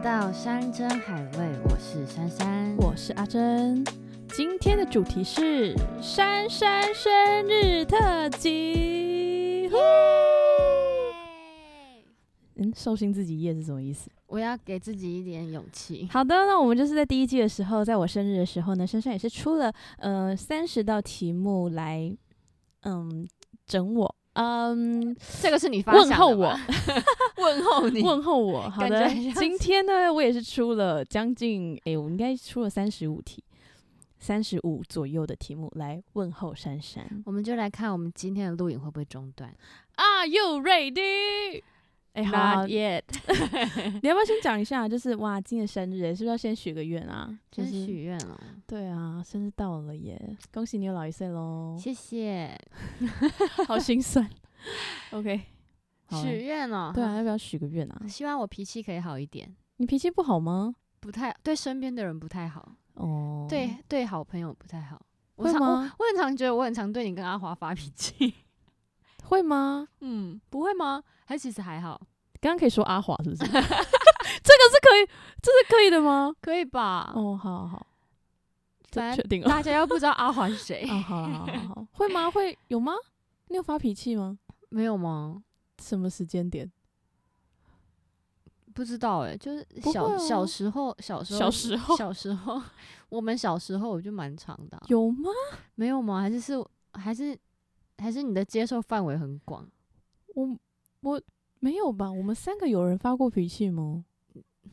到山珍海味，我是珊珊，我是阿珍。今天的主题是珊珊生日特辑。嗯，寿星自己夜是什么意思？我要给自己一点勇 气。好的，那我们就是在第一季的时候，在我生日的时候呢，珊珊也是出了呃三十道题目来，嗯，整我，嗯，这个是你发问想候的我 吧，问候你，问候 我。好感的觉很像，今天呢，我也是出了将近，诶，我应该出了三十五题，三十五左右的题目来问候珊珊我们就来看我们今天的录影会不会中断。啊，You ready？哎、好， Not 你 yet， 要不要先讲一下？就是哇，今天生日，是不是要先许个愿啊？就真是许愿哦了，对啊，生日到了耶，恭喜你又老一岁喽，谢谢 好 心酸。OK，好许愿哦。对啊，，要不要许个愿啊？希望我脾气可以好一点，你脾气不好吗？不太对身边的人不太好，哦，对，对好朋友不太好。我会常我吗？我很常觉得我很常对你跟阿华发脾气，会吗？嗯，不会吗？还其实还好，刚刚可以说阿华是 不 是？这个是可以，这是可以的吗？可以吧？哦，好好好，啊反正这 确 定了。大家又不知道阿华是谁，哦，好啦好啦好啦，会吗？会有吗？你有发脾气吗？没有吗？什么时间点？不知道哎、就是不小、会啊小时候，小时候，小时候小时候， 我们小时候我就蛮长的啊、有吗？没有吗？还是是还是还是你的接受范围很广？我我没有吧？我们三个有人发过脾气吗？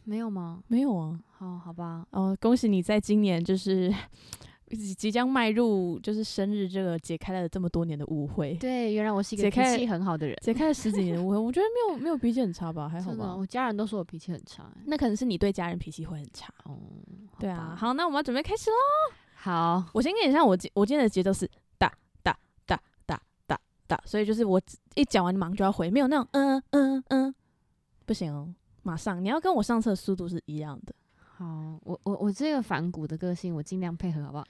没有吗？没有啊。好好吧，哦，恭喜你在今年就是 即即将迈入就是生日这个解开了这么多年的误会，对，原来我是一个解脾开气很好的人，解开了十几年的误会，我觉得没有没有脾气很差吧，还好真的啊，吧。我家人都说我脾气很差欸、那可能是你对家人脾气会很差。哦，好对吧啊，好，那我们要准备开始喽。好，我先跟你讲，我今我今天的节奏是哒哒哒哒哒哒，所以就是我一讲完你马上就要回，没有那种嗯嗯嗯，不行哦，马上你要跟我上车的速度是一样的。好，我我我这个反骨的个性，我尽量配合，好 不好？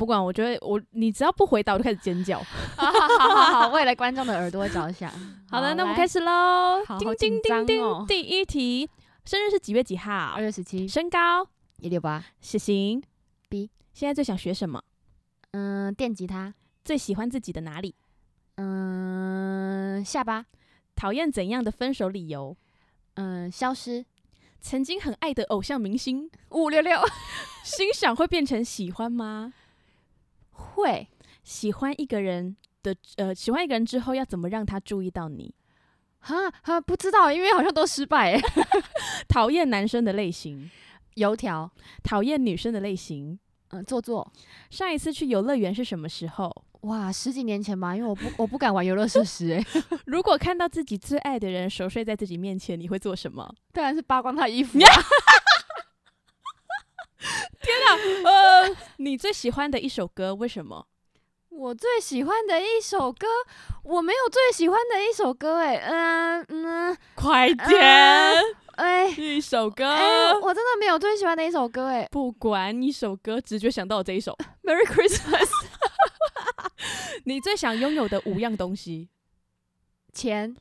不管，我觉得我你只要不回答，我就开始尖叫。好好好好好，为了观众的耳朵着想。好的，那我来们开始喽好！好叮紧叮张叮哦叮，第一题，生日是几月几号二？月十七身高、一六八，血型、 B 现在最想学什么？嗯，电吉他，最喜欢自己的哪里？嗯，下巴，讨厌怎样的分手理由？嗯，消失曾经很爱的偶像明星，五六六，欣赏会变成喜欢吗？会喜欢一个人的呃，喜欢一个人之后要怎么让他注意到你？哈哈，不知道，因为好像都失败 哎。讨厌男生的类型，油条，讨厌女生的类型。嗯，做作，上一次去游乐园是什么时 候？哇，十几年前吧，因为我不我不敢玩游乐设施哎，如果看到自己最爱的人熟睡在自己面前，你会做什么？ 当然是扒光他衣服啊。 呃，你最喜欢的一首歌为什么？我最喜欢的一首歌，我没有最喜欢的一首歌哎，嗯嗯，快啊呃哎一首歌哎，我真的没有最喜欢的一首歌哎不管一首歌，直觉想到我这一 首。 ，Merry Christmas，你最想拥有的五样东西，钱。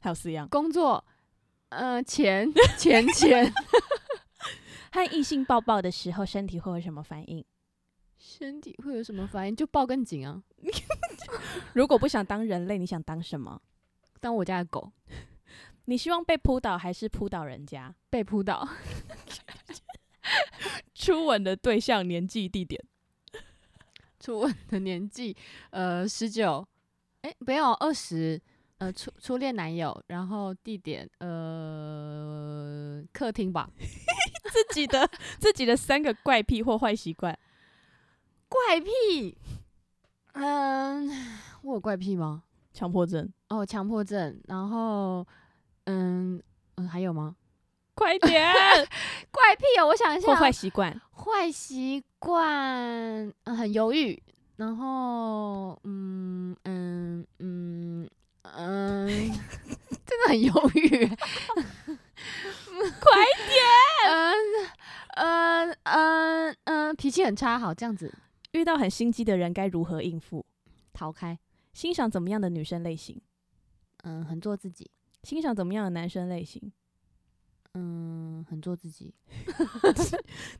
还有四样。工作，呃，钱钱钱，和异性抱抱的时候，身体会有什么反应？身体会有什么反应？就抱更紧啊，如果不想当人类，你想当什么？当我家的狗你希望被扑倒还是扑倒人家？被扑倒， 初吻的对象、年纪、地点。初吻的年纪，呃，十九，哎，没有二十，呃，初初恋男友，然后地点，呃，客厅吧，自己的自己的三个怪癖或坏习惯。怪癖，嗯，我有怪癖吗？强迫症，哦，强迫症，然后，嗯。嗯，还有吗？快点！怪癖哦，我想一下 或哦，坏习 惯，坏习惯，呃很犹豫，然后嗯嗯嗯嗯，真的很犹豫。 快嗯嗯嗯嗯，脾气很差，好这样子遇到很心机的人该如何应付？逃开。欣赏怎么样的女生类型？嗯，很做自己。欣赏怎么样的男生类型？嗯，很做自己。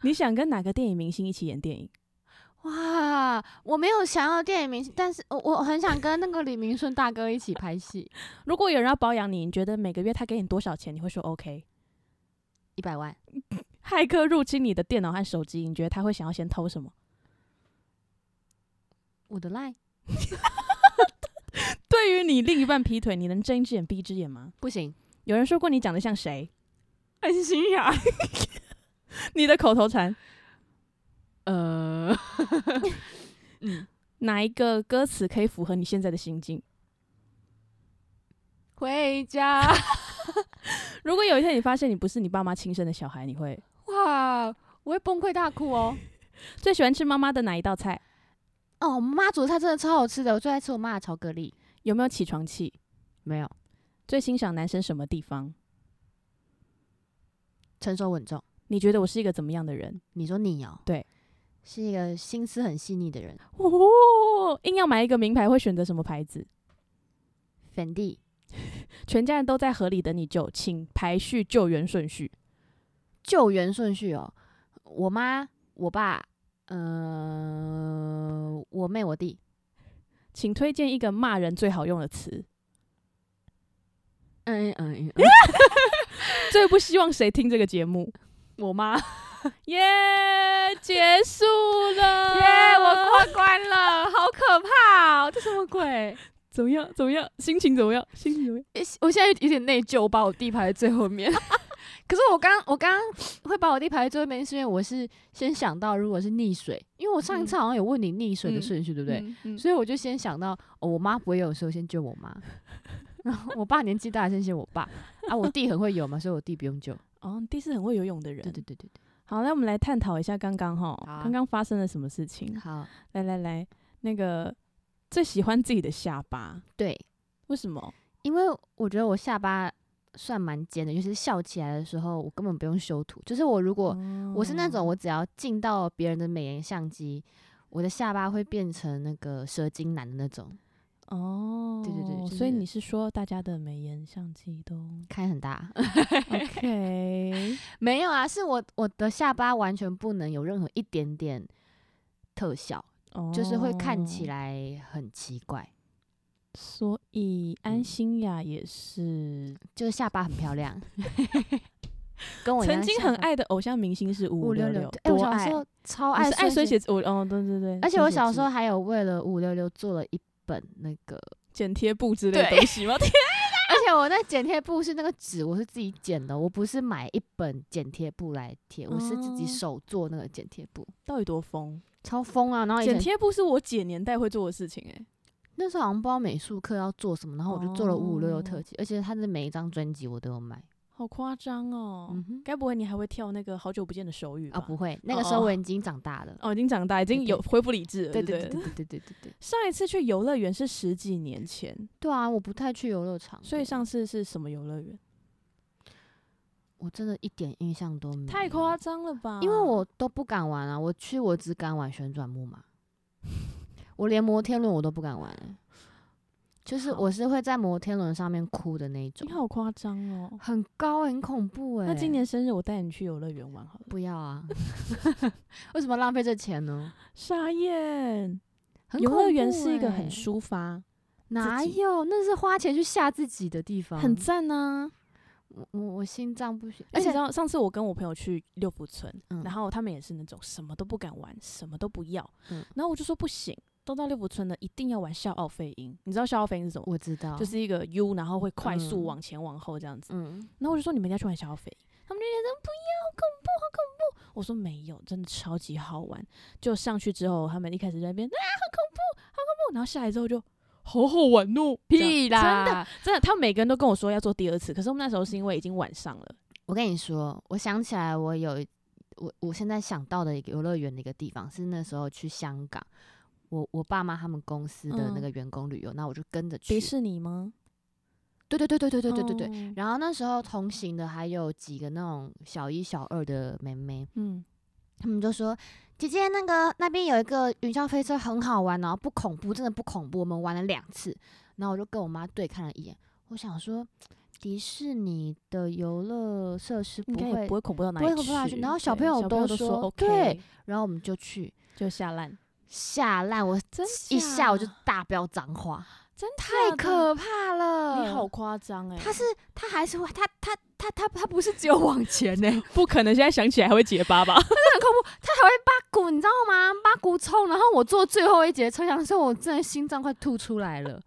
你想跟哪个电影明星一起演电影？哇，我没有想要电影明星，但是我我很想跟那个李明顺大哥一起拍戏，如果有人要包养你，你觉得每个月他给你多少钱，你会说 OK？一百万。骇客入侵你的电脑和手机，你觉得他会想要先偷什么？我的赖对于你另一半劈腿，你能睁一只眼闭一只眼吗？不行，有人说过你长得像谁？安心呀。你的口头禅？呃，哪一个歌词可以符合你现在的心境？ 回家如果有一天你发现你不是你爸妈亲生的小孩，你会哇，我会崩溃大哭哦。最喜欢吃妈妈的哪一道菜？哦，我妈煮的菜真的超好吃的，我最爱吃我妈的巧克力。有没有起床气？没有，最欣赏男生什么地方？成熟稳重。你觉得我是一个怎么样的人？你说你哦，对，是一个心思很细腻的人。哦，硬要买一个名牌会选择什么牌子？粉蒂全家人都在河里等你救，请排序救援顺序。救援顺序哦，我妈、我爸，呃，我妹、我弟，请推荐一个骂人最好用的词，嗯 嗯嗯，最不希望谁听这个节目。我妈，耶、耶、结束了，我过关了，好可怕哦，这什么鬼？怎么样？怎么样？心情怎么样？心情怎么样？我现在有点内疚，把我弟排在最后面。 可是我刚我刚会把我弟排在最后面，是因为我是先想到如果是溺水，因为我上一次好像有问你溺水的顺序，对不对？嗯？嗯所以我就先想到，哦，我妈不会游的时候先救我妈， 然后我爸年纪大，先救我爸啊，我弟很会游嘛，所以我弟不用救。哦，你弟是很会游泳的人。对对对对好，那我们来探讨一下刚刚哈，好啊刚刚发生了什么事情对，？好，来来来，那个最喜欢自己的下巴，对，为什么？因为我觉得我下巴算蛮尖的，就是笑起来的时候，我根本不用修图，就是我如果、哦我是那种嗯我只要进到别人的美颜相机。我的下巴会变成那个蛇精男的那种，哦，对对对就是所以你是说大家的美颜相机都 开很大。 OK？没有啊，是我我的下巴完全不能有任何一点点特效，哦， 就是会看起。来很奇怪。所以安心雅也是就是下巴很漂 亮， 跟我一样曾经下很巴爱的偶像明星是五五六六六。，哎，我多小爱时候超你爱是爱水水写字，我哦，对对对，而且我小时字候还有为了五六六做了一本那个，剪贴布之类的对东西 吗？天而且我那剪贴布是那个纸，我是自己剪的，我不是买一本剪贴布来贴，我是自己哦手做那个剪贴布，到底多疯？超疯啊！然后以剪前贴布是我姐年代会做的事情、欸，那时候好像不知道美术课要做什么，然后我就做了五五六哦六特辑，而且它的每一张专辑我都有买。好夸张哦！嗯哼，该不会你还会跳那个好久不见的手语啊吧？不会，那个时候哦我已经长大 了。哦，已经长大，已经有对恢复理智了。对不对对对对对对对对，上一次去游乐园是十几年前，对啊，我不太去游乐场的，所以上次是什么游乐园？我真的一点印象都没有。太夸张了吧！嗯因为我都不敢玩啊，我去我只敢玩旋转木马， 我连摩天轮我都不敢玩欸、就是好我是会在摩天轮上面哭的那一种你，好夸张哦。很高很恐怖哎、那今年生日我带你去游乐园玩好了。不要啊， 为什么浪费这钱呢？沙燕，很游乐恐园怖是一个欸很抒发、哪己有那是花钱去吓自己的地方，很赞啊。我我我心脏不行，而而且且你知道，上次我跟我朋友去六福村，嗯然后他们也是那种什么都不敢玩，什么都不要。嗯然后我就说不行，都到六福村了，一定要玩笑傲飞鹰。你知道笑傲飞鹰是什么？我知道，就是一个 U，然后会快速嗯往前往后这样子。嗯，然后我就说你们一定要去玩笑傲飞鹰，他们就觉得不要，好恐怖，好恐怖。我说没有，真的超级好玩。就上去之后，他们一开始在那边啊，好恐怖，好恐怖。然后下来之后就好好玩哦，这样屁啦，真的，他们每个人都跟我说要做第二次，可是我们那时候是因为已经晚上了。我跟你说，我想起来，我有一我我现在想到的一个游乐园的一个地方是那时候去香港，我我爸妈他们公司的那嗯个员工旅游，那、我就跟着去迪。士尼吗？对对对对对对对对对。对，然后那时候同行的还有几个那种小一、小二的妹妹，嗯。他们就说：“姐姐，那个那边有一个云霄飞车很好玩哦，不恐怖，真的不恐怖。我们玩了两次。”然后我就跟我妈对看了一眼，我想说：“迪士尼的游乐设施应不该也会不，会恐怖到哪里不会恐怖到哪里去然后小对朋友小都都说 OK，对然后我们就去就下烂，吓烂我，真一下我就假大飙脏话，真太假的，可怕了！你好，夸张哎，他是他还是会他他他他他不是只有往前 呢、 不可能现在想起来还会结巴吧？他还会八股，你知道吗？八股冲，然后我坐最后一节车厢的时候，我真的心脏快吐出来 了。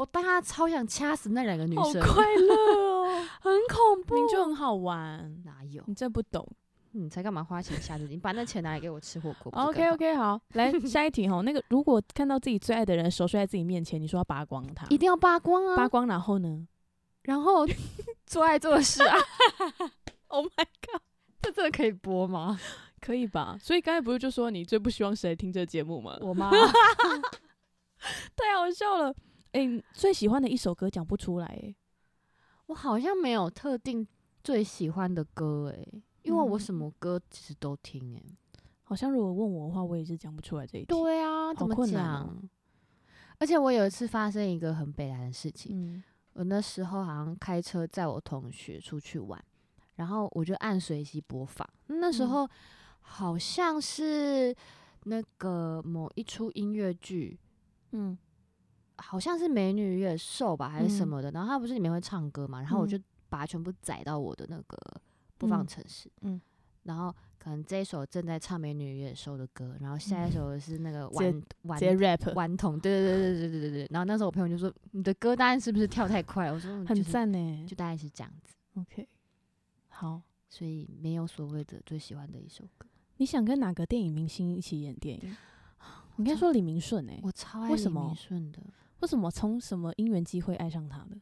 我当下超想掐死那两个女好生，快 乐哦，很恐怖。明明就很好玩，哪有？你真不懂。你才干嘛花钱吓自己？你把那钱拿来给我吃火锅。不是 OK 更好 OK，好， 来下一题哈。那个如果看到自己最爱的人手睡在自己面前，你说要扒光他，一定要扒光扒啊！光然后呢然 后做爱做的事啊， ？Oh my god，这真的可以播吗？可以吧？所以刚才不是就说你最不希望谁听这节目吗？我妈 太好笑了。哎、你最喜欢的一首歌讲不出来、欸，我好像没有特定最喜欢的歌诶、因为我嗯什么歌其实都听诶、好像如果问我的话，我也是讲不出来这一题。对啊，怎好么困难讲？哦而且我有一次发生一个很北兰的事情，嗯，我那时候好像开车载我同学出去玩，然后我就按随机播放，那时嗯候好像是那个某一出音乐剧。嗯好像是美女与野兽吧，还是什嗯么的。然后它不是里面会唱歌嘛，然后我嗯就把它全部载到我的那个播放嗯城市，嗯然后可能这一首正在唱美女与野兽的歌，然后下一首是那个直嗯接顽直顽接 rap，顽童，对对对对对对对对。然后那时候我朋友就说：“你的歌单是不是跳太快了？”我说：“嗯很就是赞呢、欸就。大概是这样子。 OK，好，”所以没有所谓的最喜欢的一首歌，你想跟哪个电影明星一起演电影？啊你应该超说李明顺哎、我超爱为什李明么顺的。为什么从什么因缘机会爱上他的？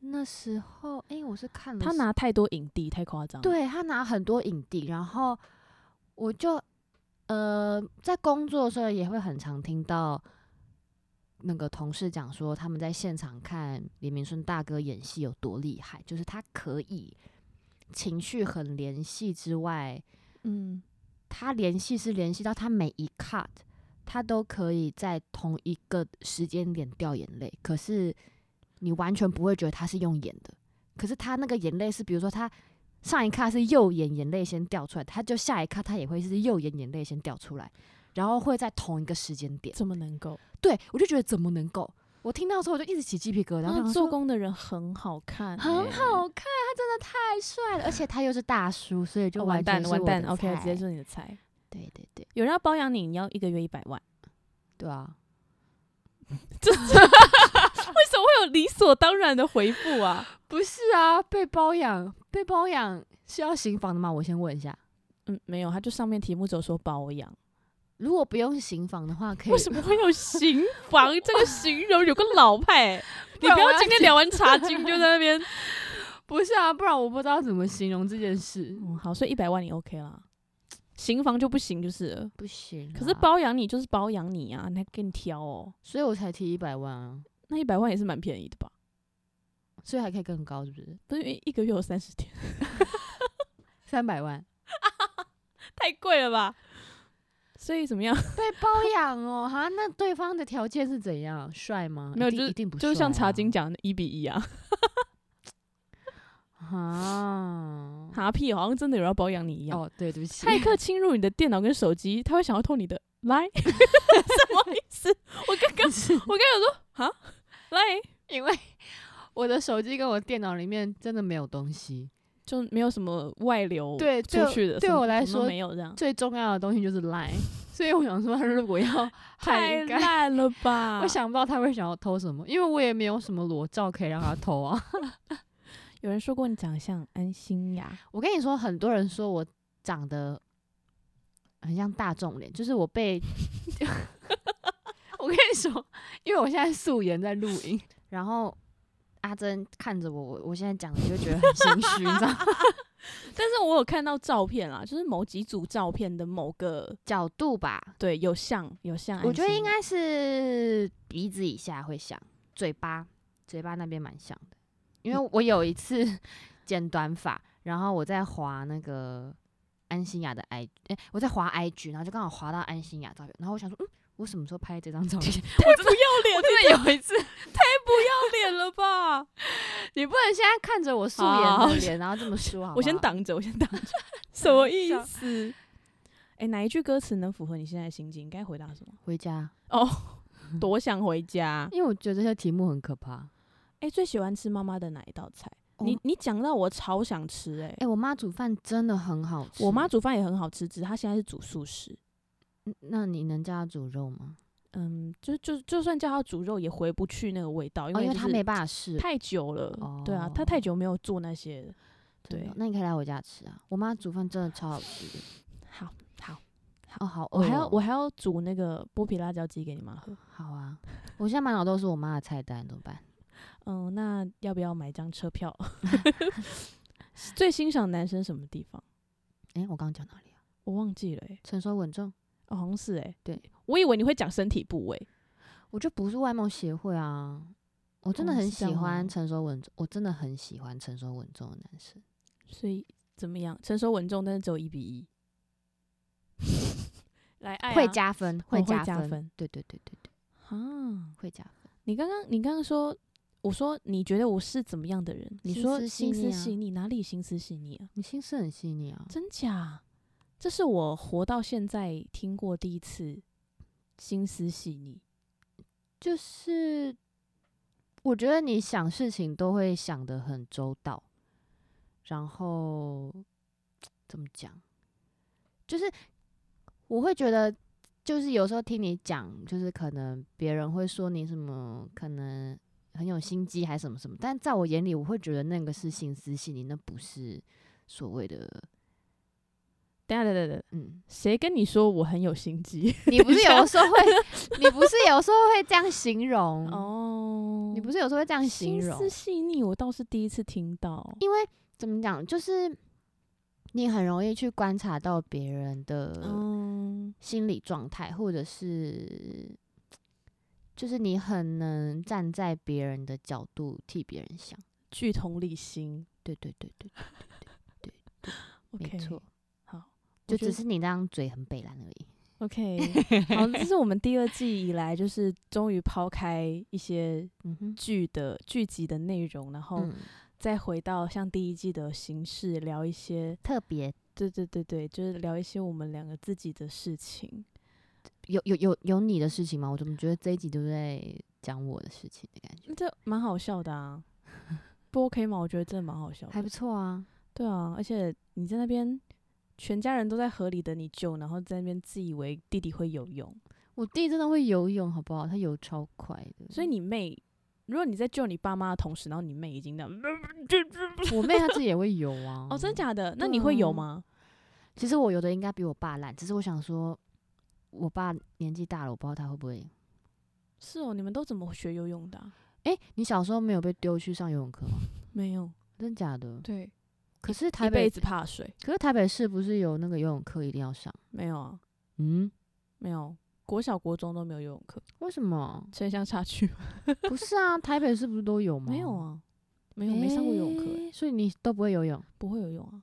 那时候，哎、我是看了他什拿太多影帝，太夸张。，对他拿很多影帝，然后我就呃在工作的时候也会很常听到那个同事讲说，他们在现场看李明顺大哥演戏有多厉害，就是他可以情绪很联系之外，嗯，他联系是联系到他每一 cut，他都可以在同一个时间点掉眼泪，可是你完全不会觉得他是用演的。可是他那个眼泪是，比如说他上一 cut 是右眼眼泪先掉出来，他就下一 cut 他也会是右眼眼泪先掉出来，然后会在同一个时间点。怎么能够？对我就觉得怎么能够？我听到的时候我就一直起鸡皮疙瘩，然后那想做说工的人很好看、很好看，他真的太帅了，而且他又是大叔，所以就就哦完全蛋是完我蛋的，OK，菜直接是你的菜。对对对有人要包养你，你要一个月一百万，对啊，为什么会有理所当然的回复啊？不是啊，被包养，被包养是要刑房的吗？我先问一下， 嗯，没有，他就上面题目只有说包养，如果不用刑房的话，可以为什么会有刑房这个形容？有个老派欸、 你然不我要要今天聊完茶经就在那边。不是啊？不然我不知道怎么形容这件事。 嗯，好，所以一百万你 OK 啦，刑房就不行就是了。不行啊，可是包养你就是包养你啊，你还给你挑哦，所以我才提一百万啊，那一百万也是蛮便宜的吧？所以还可以更高，是不是？不是因为一个月有三十天，三百万太贵了吧？所以怎么样？被包养哦， 哈，那对方的条件是怎样？帅吗？没有一定就是一定不帅、啊，就是像茶经讲的一比一啊，啊。哈屁，好像真的有人要包养你一 样。哦，对，对不起，骇客侵入你的电脑跟手机，他会想要偷你的 来，什么意思？ 我刚 刚是我刚刚有说啊来，因为我的手机跟我电脑里面真的没有东西，就没有什么外流对对哦出去的，对什么我来什么都说没有这样，最重要的东西就是 Line，所以 我想说，如果要太涵盖烂了吧？我想不到他会想要偷什么，因为我也没有什么裸照可以让他偷啊。有人说过你长相安心呀， 我跟你说，很多人说我长得很像大众脸，就是我被， 我跟你说，因为我现在素颜在录 音，然后阿珍看着我，我我现在讲的就觉得很心虚，你知道吗但是我有看到照片啦，就是某几组照片的某个 角度吧？对有像有像，我觉得应该是鼻子以下会像，嘴巴嘴巴那边蛮像的，因为我有一次 剪短发，然后我在滑那个安心雅的 I，哎、我在滑 IG，然后就刚好滑到安心雅照片，然后我想说，嗯，我什么时候拍这张照片？ 太不要脸，真的有一次太不要脸了吧？ 你不能现在看着我素颜好的脸，然后这么说好不好我先。挡着，我先挡 着，什么意思？哎、哪一句歌词能符合你现在的心境？该回答什么？回家，哦，多想回家。因为我觉得这些题目很可怕。哎、最喜欢吃妈妈的哪一道菜？哦你你讲到我超想吃哎、哎、我妈煮饭真的很好吃。我妈煮饭也很好吃，只是她现在是煮素食。嗯，那你能叫她煮肉吗？嗯，就就就算叫她煮肉，也回不去那个味道，因哦，因为为就她是没办法试。太久了。对啊，她哦太久没有做那些了。真的对那你可以来我家吃啊。我妈煮饭真的超好吃的。好好，哦，好饿我哦，还要我还要煮那个剥皮辣椒鸡给你妈喝。好啊。我现在满脑都是我妈的菜单，怎么办？嗯，那要不要买张车票？ 最欣赏男生什么地方？哎、我刚刚讲哪里啊？我忘记了、欸，成熟稳重，哦，好像是哎、对，我以为你会讲身体部位。我就不是外貌协会啊。我真的哦很是这喜样欢哦成熟稳重，我真的很喜欢成熟稳重的男生。所以怎么样？成熟稳重，但是只有一 比一。来爱、啊、会加分，会加加分，分对对对对对，啊！会加分。你刚刚你刚刚说，我说你觉得我是怎么样的人？你心说思心细腻思啊细腻，哪里心思细腻啊？你心思很细腻啊，真假？这是我活到现在听过第一次心思细腻。就是我觉得你想事情都会想得很周到，然后怎么讲，就是我会觉得。就是有时候听你讲，就是可能别人会说你什么，可能很有心机还是什么什么，但在我眼里，我会觉得那个是心思细腻，那不是所谓的等一下等一下等一下， 嗯，谁跟你说我很有 心机？你不是等一下有时候会，你不是有时候会这样形容，哦嗯你不是有时候会这样形容心思，细腻，我倒是第一次听到。因为怎么讲，就是你很容易去观察到别人的嗯，心理状态，或者是就是你很能站在别人的角度替别人想，具同理心对对对对， ，OK，没错，好，就我觉只得是你那张嘴很北蓝而已。 OK。好，这是我们第二季以来，就是终于抛开一些嗯哼，剧的剧集的内容，然后嗯，再回到像第一季的形式，聊一些，特别对对对对，就是聊一些我们两个自己的事情。有有有有你的事情吗？我怎么觉得这一集都在讲我的事情的感觉，这蛮好笑的啊，不 OK 吗？我觉得真的蛮好笑的，还不错啊。对啊，而且你在那边，全家人都在河里等你救，然后在那边自以为弟弟会游泳，我弟真的会游泳，好不好？他游超快的，所以你妹，如果你在救你爸妈的同时，然后你妹已经那样，。我妹她自己也会游啊 哦，真的？假的？那对你会游啊吗？其实我游的应该比我爸烂，只是我想说，我爸年纪大了，我不知道他会不会。是哦，你们都怎么学游泳的啊、哎、你小时候没有被丢去上游泳课吗？没有，真的假的？对，可是台一辈北，子怕水，可是台北市不是有那个游泳课一定要上？没有啊，嗯，没有，国小国中都没有游泳课，？为什么城乡差距吧不是啊，台北市不是都有吗？ 没有，啊，没有，没上过游泳课欸、诶所以你都不会游泳，不会游泳啊，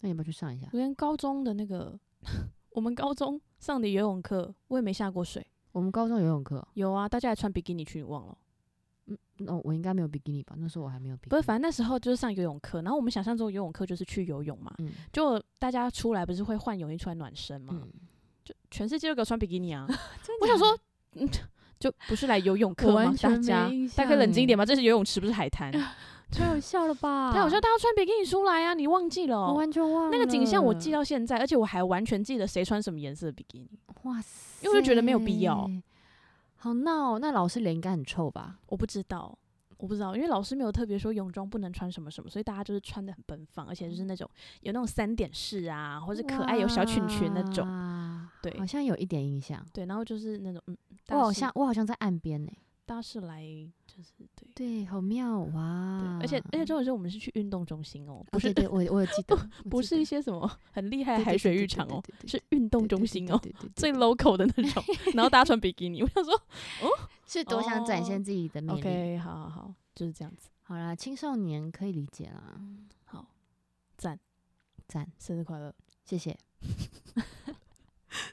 那你要不要去上一下？我连高中的那个， 我们高中上的游泳课，我也没下过水。我们高中游泳课，有啊，大家还穿比基尼去，你忘了？那、我应该没有比基尼吧？那时候我还没有比基尼。不是，反正那时候就是上游泳课，然后我们想象中游泳课就是去游泳嘛，嗯就大家出来不是会换泳衣出来暖身嘛， 嗯，就全世界都给我穿比基尼啊！我我想想说，说，嗯，就不是来游泳课我吗完？全大没家印大家象冷静一点欸吧，这是游泳池，不是海滩。太好笑了吧？但我说大家穿比基尼出来啊，你忘记了、我哦？完全忘了那个景象我记。到现在，而且我还完全记得谁穿什么颜色的比基尼，哇塞！因为我就觉得没有必要。好闹、哦，那老师脸应该很臭吧？我不知道，我不知道，因为老师没有特别说泳装不能穿什么什么，所以大家就是穿的很奔放，而且就是那种有那种三点式啊，或或者可爱有小裙裙那种。种对好像有一点印象。对，然后就是那种嗯，我大好是像我好像在岸边欸呢、大是来就是对对，好妙哦对哇！，而且而且重点是我们是去运动中心哦，不哦是对对，我我有记 得，我不记是得一些什么很厉害对对的海对水对对浴场对哦，对对是对运动对中对心对哦，对对对最对 local 的 那种，然后大家穿比基尼，我想说是多想展现哦自己的魅力。 OK，好好好，就是这样子，好啦，青少年可以理解啦，好，赞，赞，生日快乐，谢谢。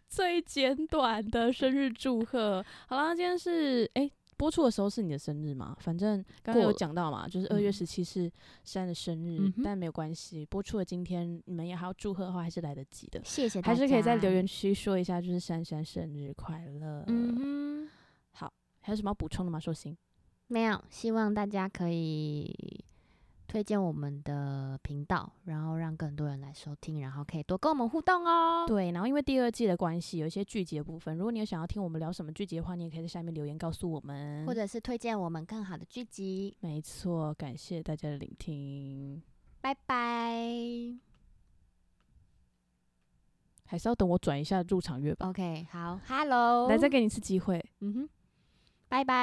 最简短的生日祝贺。好啦，今天是哎、播出的时候是你的生日嘛？反正刚刚过有了讲到嘛，就是二月嗯十七是珊的生日，嗯哼但没有关系，播出的今天你们也还要祝贺的话，还是来得及的，谢谢大还家，是可以在留言区说一下，就是珊珊生日快乐。嗯哼，好，还有什么要补充的吗？寿星，没有，希望大家可以推荐我们的频道，然后让更多人来收听，然后可以多跟我们互动哦。对，然后因为第二季的关系，有一些剧集的部分，如果你有想要听我们聊什么剧集的话，你也可以在下面留言告诉我们。或者是推荐我们更好的剧集，没错，感谢大家的聆听，拜拜。还是要等我转一下入场乐吧。哦 OK，好，Hello，嗯来，再给你一次机会。嗯哼，拜拜。